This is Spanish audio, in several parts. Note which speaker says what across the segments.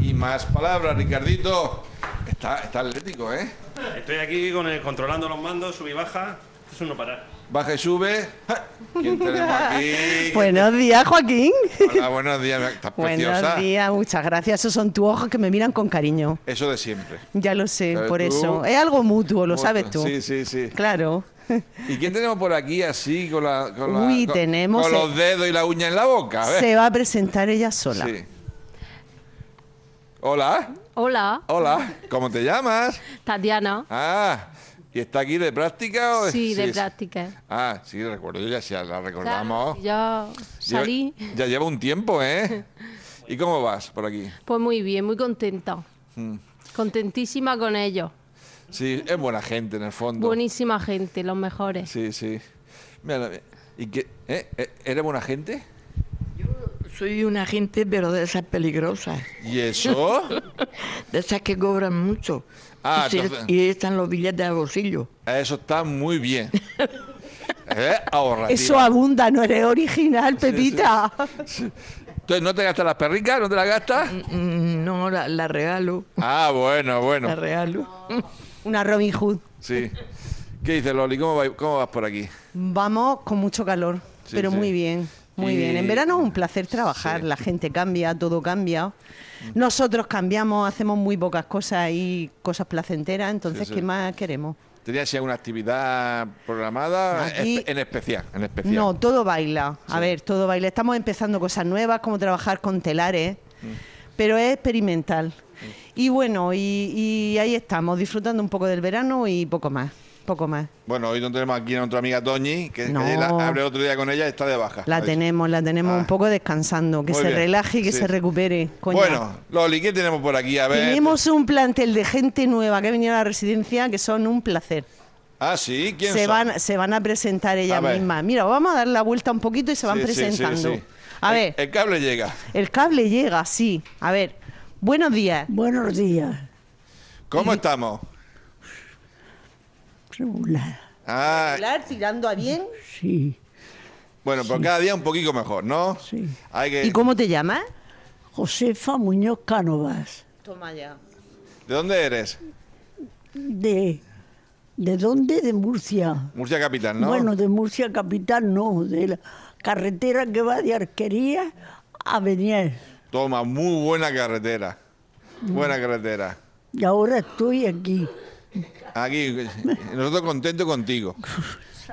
Speaker 1: y más palabras. Ricardito, está, está atlético, ¿eh?
Speaker 2: Estoy aquí con el- controlando los mandos, sub y baja. Esto es un no parar.
Speaker 1: Baja y sube. ¡Ja! ¿Quién tenemos aquí?
Speaker 3: Buenos días, Joaquín.
Speaker 1: Hola, buenos días, estás preciosa.
Speaker 3: Buenos días, muchas gracias. Esos son tus ojos que me miran con cariño.
Speaker 1: Eso de siempre.
Speaker 3: Ya lo sé,
Speaker 1: ¿Sabes
Speaker 3: por
Speaker 1: tú?
Speaker 3: eso. Es algo mutuo, lo
Speaker 1: Bueno,
Speaker 3: sabes tú.
Speaker 1: Sí, sí, sí.
Speaker 3: Claro.
Speaker 1: ¿Y quién tenemos por aquí así con la, con la-
Speaker 3: Uy,
Speaker 1: con-
Speaker 3: tenemos
Speaker 1: con
Speaker 3: el-
Speaker 1: los dedos y la uña en la boca? A ver.
Speaker 3: Se va a presentar ella sola.
Speaker 1: Sí. Hola,
Speaker 4: Hola,
Speaker 1: hola, ¿cómo te llamas?
Speaker 4: Tatiana.
Speaker 1: Ah, ¿y está aquí de práctica o
Speaker 4: Sí, de práctica.
Speaker 1: Ah, sí, recuerdo, yo ya sí, la
Speaker 4: Claro,
Speaker 1: recordamos.
Speaker 4: yo
Speaker 1: Lleva-
Speaker 4: salí,
Speaker 1: ya lleva un tiempo, ¿eh? ¿Y cómo vas por aquí?
Speaker 4: pues muy bien, muy contenta. Mm. Contentísima con ellos.
Speaker 1: Sí, es buena gente en el fondo.
Speaker 4: Buenísima gente, los mejores.
Speaker 1: Sí, sí. Mira, la- ¿y qué? eh, eh, ¿Eres buena gente?
Speaker 5: Soy una gente, pero de esas peligrosas,
Speaker 1: ¿Y eso?
Speaker 5: de esas que cobran mucho.
Speaker 1: Ah,
Speaker 5: y, se-
Speaker 1: entonces-
Speaker 5: y están los billetes de bolsillo.
Speaker 1: Eso está muy bien. Eh, ahorrativa.
Speaker 3: Eso abunda, no eres original,
Speaker 1: Sí, sí.
Speaker 3: Pepita.
Speaker 1: Entonces, ¿no te gastas las perricas? ¿No te las gastas?
Speaker 5: Mm, No, la, la regalo,
Speaker 1: Ah, bueno,
Speaker 5: la
Speaker 1: bueno.
Speaker 5: regalo.
Speaker 3: Una Robin Hood.
Speaker 1: Sí. ¿Qué dices, Loli? ¿Cómo vai- cómo vas por aquí?
Speaker 3: Vamos con mucho calor,
Speaker 1: Sí,
Speaker 3: pero
Speaker 1: sí.
Speaker 3: muy bien, muy
Speaker 1: Y-
Speaker 3: bien. En verano es un placer trabajar,
Speaker 1: Sí. Mm.
Speaker 3: la gente cambia, todo cambia. Nosotros cambiamos, hacemos muy pocas cosas y cosas placenteras, entonces,
Speaker 1: sí.
Speaker 3: ¿qué más queremos?
Speaker 1: ¿Tenías ya una actividad programada
Speaker 3: Aquí-
Speaker 1: Espe- en especial? En especial.
Speaker 3: No, todo baila. A
Speaker 1: Sí.
Speaker 3: ver, todo baila. Estamos empezando cosas nuevas, como trabajar con telares,
Speaker 1: Mm.
Speaker 3: pero es experimental. Y bueno, y, y ahí estamos, disfrutando un poco del verano y poco más, poco más.
Speaker 1: Bueno, hoy no tenemos aquí a nuestra amiga Toñi, que, que
Speaker 3: No.
Speaker 1: ayer la- hablé otro día con ella y está de baja.
Speaker 3: La
Speaker 1: Ha dicho.
Speaker 3: tenemos, la tenemos
Speaker 1: Ah.
Speaker 3: un poco descansando, que
Speaker 1: Muy
Speaker 3: se
Speaker 1: bien,
Speaker 3: relaje y que
Speaker 1: sí.
Speaker 3: se recupere. coña.
Speaker 1: Bueno, Loli, ¿qué tenemos por aquí? A ver.
Speaker 3: Tenemos un plantel de gente nueva que ha venido a la residencia que son un placer.
Speaker 1: Ah, sí, ¿quién
Speaker 3: Se
Speaker 1: son?
Speaker 3: van, se van a presentar
Speaker 1: A
Speaker 3: ellas
Speaker 1: ver.
Speaker 3: mismas. Mira, vamos a dar la vuelta un poquito y se van
Speaker 1: Sí, sí, sí,
Speaker 3: presentando.
Speaker 1: sí.
Speaker 3: A
Speaker 1: El-
Speaker 3: ver,
Speaker 1: El, cable llega.
Speaker 3: el cable llega, sí. A ver, buenos días.
Speaker 6: Buenos días,
Speaker 1: ¿Cómo estamos?
Speaker 6: regular,
Speaker 1: Ah,
Speaker 3: tirando a bien.
Speaker 6: sí,
Speaker 1: bueno, por cada día un poquito mejor, ¿no?
Speaker 6: sí.
Speaker 1: Hay que...
Speaker 3: ¿Y cómo te llamas?
Speaker 6: Josefa Muñoz Cánovas,
Speaker 3: Toma ya.
Speaker 1: ¿De dónde eres?
Speaker 6: de... ¿De dónde? De Murcia.
Speaker 1: Murcia Capital, ¿no?
Speaker 6: Bueno, de Murcia capital no, de la carretera que va de Arquería a Benier.
Speaker 1: Toma, muy buena carretera. Buena carretera.
Speaker 6: Y ahora estoy aquí.
Speaker 1: Aquí, nosotros contentos contigo.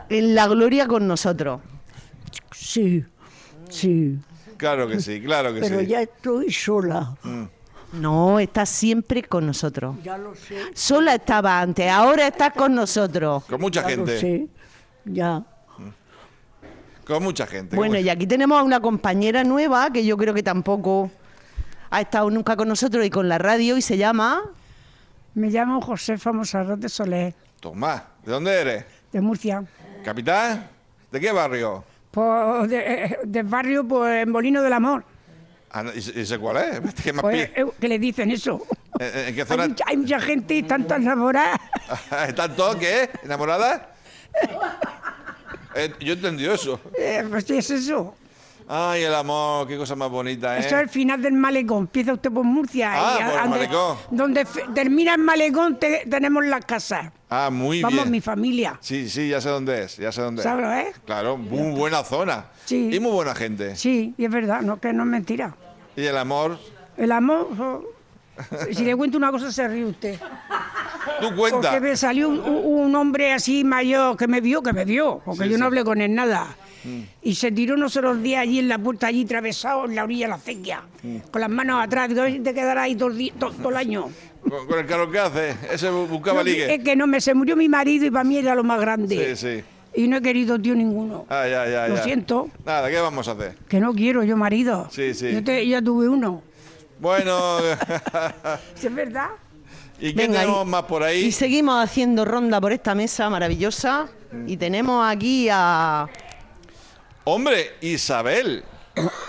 Speaker 3: En la gloria con nosotros.
Speaker 6: Sí, sí.
Speaker 1: Claro que sí, claro que
Speaker 6: Pero
Speaker 1: sí. Mm.
Speaker 6: ya estoy sola.
Speaker 3: No, estás siempre con nosotros.
Speaker 6: Ya lo sé.
Speaker 3: Sola estaba antes, ahora estás con nosotros.
Speaker 1: Con mucha
Speaker 6: ya
Speaker 1: gente.
Speaker 6: Lo sé. Ya.
Speaker 1: Con mucha gente.
Speaker 3: Bueno,
Speaker 1: con-
Speaker 3: y aquí tenemos a una compañera nueva que yo creo que tampoco ha estado nunca con nosotros y con la radio y se llama...
Speaker 7: Me llamo Josefa Monserrat de Soler,
Speaker 1: Tomás, ¿de dónde eres?
Speaker 7: de Murcia.
Speaker 1: ¿Capital? ¿De qué barrio?
Speaker 7: Pues de- del barrio pues, en Molino del Amor.
Speaker 1: Ah, no, ¿Y y sé cuál es? Es que me has
Speaker 7: Pues,
Speaker 1: pillado.
Speaker 7: eh, ¿Qué le dicen eso?
Speaker 1: ¿En en qué
Speaker 7: Hay
Speaker 1: zona?
Speaker 7: mucha, hay mucha gente y tantas enamoradas.
Speaker 1: ¿Están todos qué? ¿Enamoradas? Eh, yo he entendido eso.
Speaker 7: Eh, pues sí, es eso.
Speaker 1: Ay, el amor, qué cosa más bonita, ¿eh?
Speaker 7: Eso es el final del malecón. Empieza usted por Murcia.
Speaker 1: Ah,
Speaker 7: y
Speaker 1: por
Speaker 7: a-
Speaker 1: el
Speaker 7: donde-
Speaker 1: malecón.
Speaker 7: Donde fe- termina el malecón te- tenemos la casa.
Speaker 1: Ah, muy
Speaker 7: Vamos,
Speaker 1: bien.
Speaker 7: mi familia.
Speaker 1: Sí, sí, ya sé dónde es, ya sé dónde
Speaker 7: ¿Sabes,
Speaker 1: es.
Speaker 7: eh?
Speaker 1: Claro, muy buena zona.
Speaker 7: Sí.
Speaker 1: Y muy buena gente.
Speaker 7: Sí, y es verdad, no que no es mentira.
Speaker 1: Y el amor...
Speaker 7: El amor... oh, si le cuento una cosa se ríe usted.
Speaker 1: Tú cuenta.
Speaker 7: Porque me salió un, un- un hombre así mayor que me vio, que me vio, porque
Speaker 1: Sí,
Speaker 7: yo
Speaker 1: sí. Mm.
Speaker 7: no hablé con él nada. Y se tiró unos otros días allí en la puerta, allí atravesado en la orilla de la acequia,
Speaker 1: Mm.
Speaker 7: con las manos atrás. Digo, "Ay, te quedarás ahí todo el, día- todo- todo el año.
Speaker 1: Con, con el calor que hace, ese bu- buscaba
Speaker 7: No,
Speaker 1: ligue.
Speaker 7: es que no me se murió mi marido y para mí era lo más grande.
Speaker 1: Sí, sí.
Speaker 7: Y no he querido tío ninguno.
Speaker 1: Ah, ya, ya,
Speaker 7: Lo
Speaker 1: ya.
Speaker 7: siento.
Speaker 1: Nada, ¿qué vamos a hacer?
Speaker 7: Que no quiero yo marido.
Speaker 1: Sí, sí.
Speaker 7: Yo te- ya tuve uno.
Speaker 1: Bueno,
Speaker 7: Si es verdad.
Speaker 1: ¿Y qué
Speaker 3: Venga,
Speaker 1: tenemos más por ahí?
Speaker 3: Y seguimos haciendo ronda por esta mesa maravillosa. Y tenemos aquí a.
Speaker 1: Hombre, Isabel,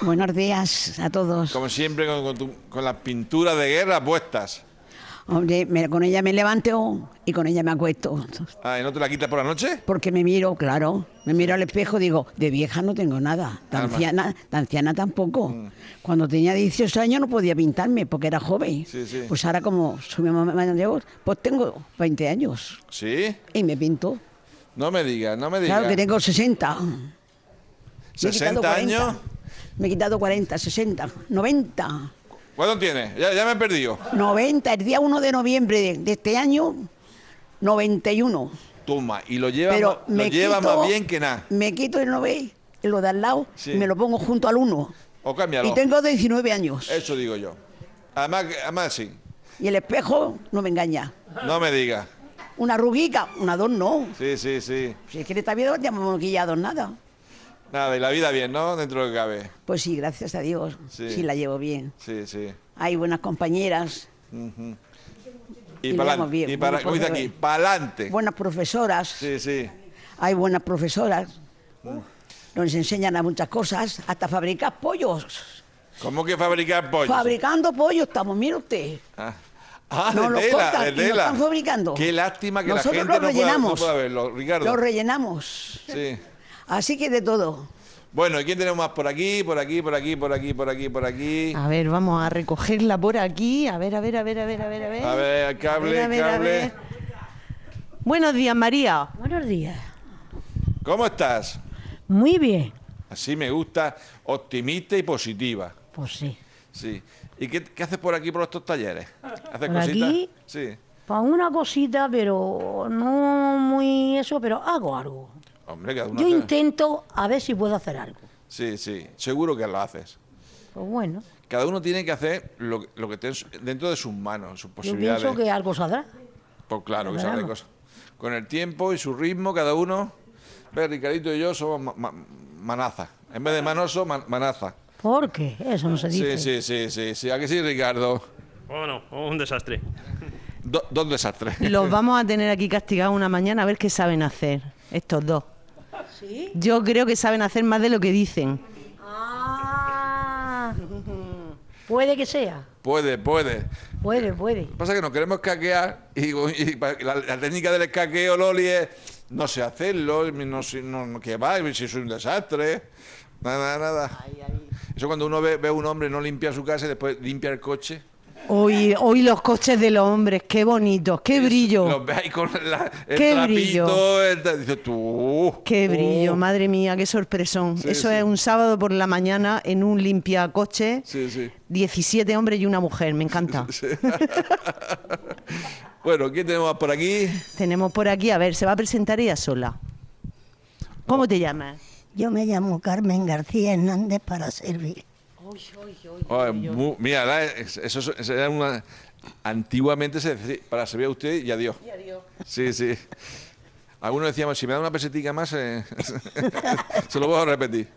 Speaker 8: Buenos días a todos.
Speaker 1: como siempre con, con tu- con las pinturas de guerra puestas.
Speaker 8: Hombre, me- con ella me levanto y con ella me acuesto.
Speaker 1: Ah, ¿y no te la quitas por la noche?
Speaker 8: Porque me miro, claro, me miro al espejo y digo, de vieja no tengo nada, de
Speaker 1: Nada más. Mm.
Speaker 8: anciana, de anciana tampoco. Cuando tenía 18 años no podía pintarme porque era joven.
Speaker 1: Sí, sí.
Speaker 8: Pues ahora como soy más mayor, pues tengo 20 años
Speaker 1: Sí.
Speaker 8: y me pinto.
Speaker 1: No me digas, no me digas.
Speaker 8: Claro que tengo 60. Me he quitado
Speaker 1: 60 años.
Speaker 8: Me he quitado 40, 60, 90.
Speaker 1: ¿Cuánto tienes? Ya, ya me he perdido.
Speaker 8: 90, el día 1 de noviembre de, de este año, 91.
Speaker 1: Toma, y lo lleva,
Speaker 8: Pero
Speaker 1: ma-
Speaker 8: me
Speaker 1: lo lleva
Speaker 8: quito-
Speaker 1: más bien que nada.
Speaker 8: Me quito el 9, y lo de al lado,
Speaker 1: Sí.
Speaker 8: y me lo pongo junto al 1.
Speaker 1: O cámbialo.
Speaker 8: Y tengo 19 años.
Speaker 1: Eso digo yo. Además, que- además sí.
Speaker 8: Y el espejo no me engaña.
Speaker 1: No me digas.
Speaker 8: Una ruguica, un adorno.
Speaker 1: Sí, sí, sí.
Speaker 8: Si es que en esta vida no tenemos maquillado nada.
Speaker 1: Nada, y la vida bien, ¿no? Dentro de lo que cabe.
Speaker 8: Pues sí, gracias a Dios.
Speaker 1: Sí.
Speaker 8: Sí, la llevo bien.
Speaker 1: Sí, sí.
Speaker 8: Hay buenas compañeras,
Speaker 1: Y,
Speaker 8: Y lo
Speaker 1: para
Speaker 8: llevamos bien,
Speaker 1: Y para,
Speaker 8: bueno,
Speaker 1: ¿cómo dice
Speaker 8: pues,
Speaker 1: aquí? Pa'lante.
Speaker 8: buenas profesoras.
Speaker 1: Sí, sí.
Speaker 8: Hay buenas profesoras. Nos enseñan a muchas cosas, hasta fabricar pollos.
Speaker 1: ¿Cómo que fabricar pollo?
Speaker 8: Fabricando pollos estamos, mire usted.
Speaker 1: Ah, Ah,
Speaker 8: No,
Speaker 1: de
Speaker 8: lo
Speaker 1: tela,
Speaker 8: cortan
Speaker 1: de
Speaker 8: y lo
Speaker 1: tela.
Speaker 8: están fabricando.
Speaker 1: Qué lástima que
Speaker 8: Nosotros
Speaker 1: la gente
Speaker 8: lo
Speaker 1: no pueda, no
Speaker 8: rellenamos.
Speaker 1: pueda verlo, Ricardo.
Speaker 8: Los rellenamos.
Speaker 1: sí.
Speaker 8: Así que de todo.
Speaker 1: Bueno, ¿y quién tenemos más por aquí, por aquí, por aquí, por aquí, por aquí, por aquí?
Speaker 3: A ver, vamos a recogerla por aquí. A ver, a ver, a ver, a ver, a ver. A ver,
Speaker 1: A ver, cable,
Speaker 3: A ver, a ver, a
Speaker 1: cable.
Speaker 3: ver. Buenos días, María.
Speaker 9: Buenos días.
Speaker 1: ¿Cómo estás?
Speaker 9: Muy bien.
Speaker 1: Así me gusta, optimista y positiva.
Speaker 9: Pues sí.
Speaker 1: Sí. ¿Y qué, qué haces por aquí, por estos talleres? ¿Haces
Speaker 9: Por
Speaker 1: cositas?
Speaker 9: aquí.
Speaker 1: Sí.
Speaker 9: Para una cosita, pero no muy eso, pero hago algo.
Speaker 1: Hombre, cada uno
Speaker 9: Yo
Speaker 1: hace-
Speaker 9: intento a ver si puedo hacer algo.
Speaker 1: Sí, sí, seguro que lo haces.
Speaker 9: Pues bueno,
Speaker 1: Cada uno tiene que hacer lo, lo que tiene su- dentro de sus manos, sus
Speaker 9: yo
Speaker 1: posibilidades.
Speaker 9: pienso que algo saldrá.
Speaker 1: Pues claro, que
Speaker 9: Lo
Speaker 1: sale
Speaker 9: veremos.
Speaker 1: cosas. Con el tiempo y su ritmo, cada uno. Ve, Ricardito y yo somos ma- ma- manazas. En vez de manoso, man- manaza.
Speaker 9: Porque eso no se
Speaker 1: Sí,
Speaker 9: dice.
Speaker 1: sí, sí, sí, sí. ¿A que sí, Ricardo?
Speaker 2: Bueno, un desastre.
Speaker 1: Do- dos desastres.
Speaker 3: Los vamos a tener aquí castigados una mañana a ver qué saben hacer estos dos. Yo creo que saben hacer más de lo que dicen.
Speaker 9: Ah, puede que sea.
Speaker 1: Puede, puede.
Speaker 9: Puede, puede.
Speaker 1: Pasa que nos queremos caquear y, y pa- la, la técnica del escaqueo, Loli, es no sé hacerlo, no sé no, no- qué va, si soy un desastre. Nada, nada. Eso cuando uno ve, ve a un hombre no limpia su casa y después limpia el coche.
Speaker 3: Hoy, hoy los coches de los hombres, qué bonitos, qué brillo.
Speaker 1: Los ve ahí con la- el
Speaker 3: ¡Qué
Speaker 1: trapito,
Speaker 3: brillo!
Speaker 1: el tra- dices tú.
Speaker 3: Qué brillo,
Speaker 1: oh.
Speaker 3: madre mía, qué sorpresón.
Speaker 1: Sí,
Speaker 3: Eso
Speaker 1: sí.
Speaker 3: es un sábado por la mañana en un limpiacoche.
Speaker 1: Sí, sí.
Speaker 3: 17 hombres y una mujer, me encanta.
Speaker 1: Bueno, ¿quién tenemos por aquí?
Speaker 3: Tenemos por aquí, a ver, se va a presentar ella sola. ¿Cómo te llamas?
Speaker 10: Yo me llamo Carmen García Hernández para servir.
Speaker 1: Oh, mu- mira, la- es- eso, es- eso era una. Antiguamente se decía, para servir a usted y adiós. Y adiós. Sí, sí. Algunos decíamos, si me da una pesetica más, eh, se lo voy a repetir.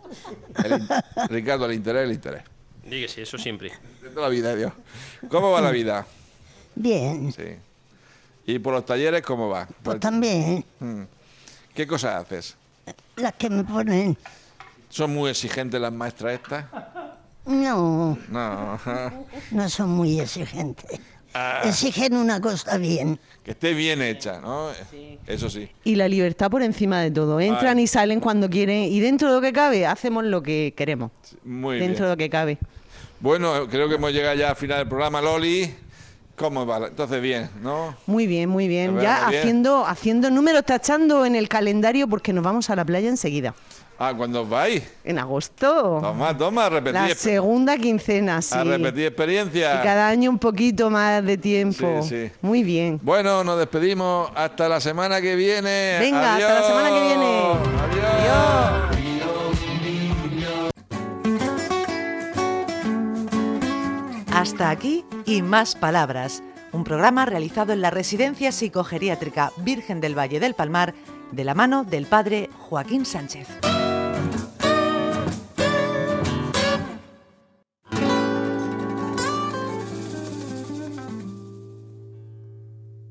Speaker 1: El in- Ricardo, el interés, el interés.
Speaker 2: Dígase, eso siempre.
Speaker 1: De toda la vida, Dios. ¿Cómo va la vida?
Speaker 10: Bien,
Speaker 1: Sí. ¿Y por los talleres cómo va?
Speaker 10: pues también
Speaker 1: ¿Qué cosas haces?
Speaker 10: las que me ponen.
Speaker 1: ¿Son muy exigentes las maestras estas?
Speaker 10: No,
Speaker 1: No.
Speaker 10: no son muy exigentes.
Speaker 1: Ah.
Speaker 10: Exigen una cosa bien.
Speaker 1: que esté bien hecha, ¿no? Eso sí.
Speaker 3: Y la libertad por encima de todo. Entran
Speaker 1: Ay.
Speaker 3: y salen cuando quieren y dentro de lo que cabe hacemos lo que queremos.
Speaker 1: Muy
Speaker 3: dentro de
Speaker 1: bien.
Speaker 3: lo que cabe.
Speaker 1: Bueno, creo que hemos llegado ya al final del programa, Loli. ¿Cómo va? la- Entonces, bien, ¿no?
Speaker 3: Muy bien, muy bien.
Speaker 1: Muy
Speaker 3: Ya
Speaker 1: bien.
Speaker 3: haciendo, haciendo números, tachando en el calendario porque nos vamos a la playa enseguida.
Speaker 1: Ah, cuando os vais.
Speaker 3: En agosto.
Speaker 1: Toma, toma, a repetir,
Speaker 3: La
Speaker 1: exp-
Speaker 3: segunda quincena, sí.
Speaker 1: a repetir
Speaker 3: Y
Speaker 1: experiencia.
Speaker 3: cada año un poquito más de tiempo.
Speaker 1: Sí, sí.
Speaker 3: Muy bien.
Speaker 1: Bueno, nos despedimos hasta la semana que viene.
Speaker 3: Venga, hasta la semana que viene.
Speaker 1: Adiós.
Speaker 11: Hasta aquí Y Más Palabras, un programa realizado en la Residencia Psicogeriátrica Virgen del Valle del Palmar de la mano del padre Joaquín Sánchez.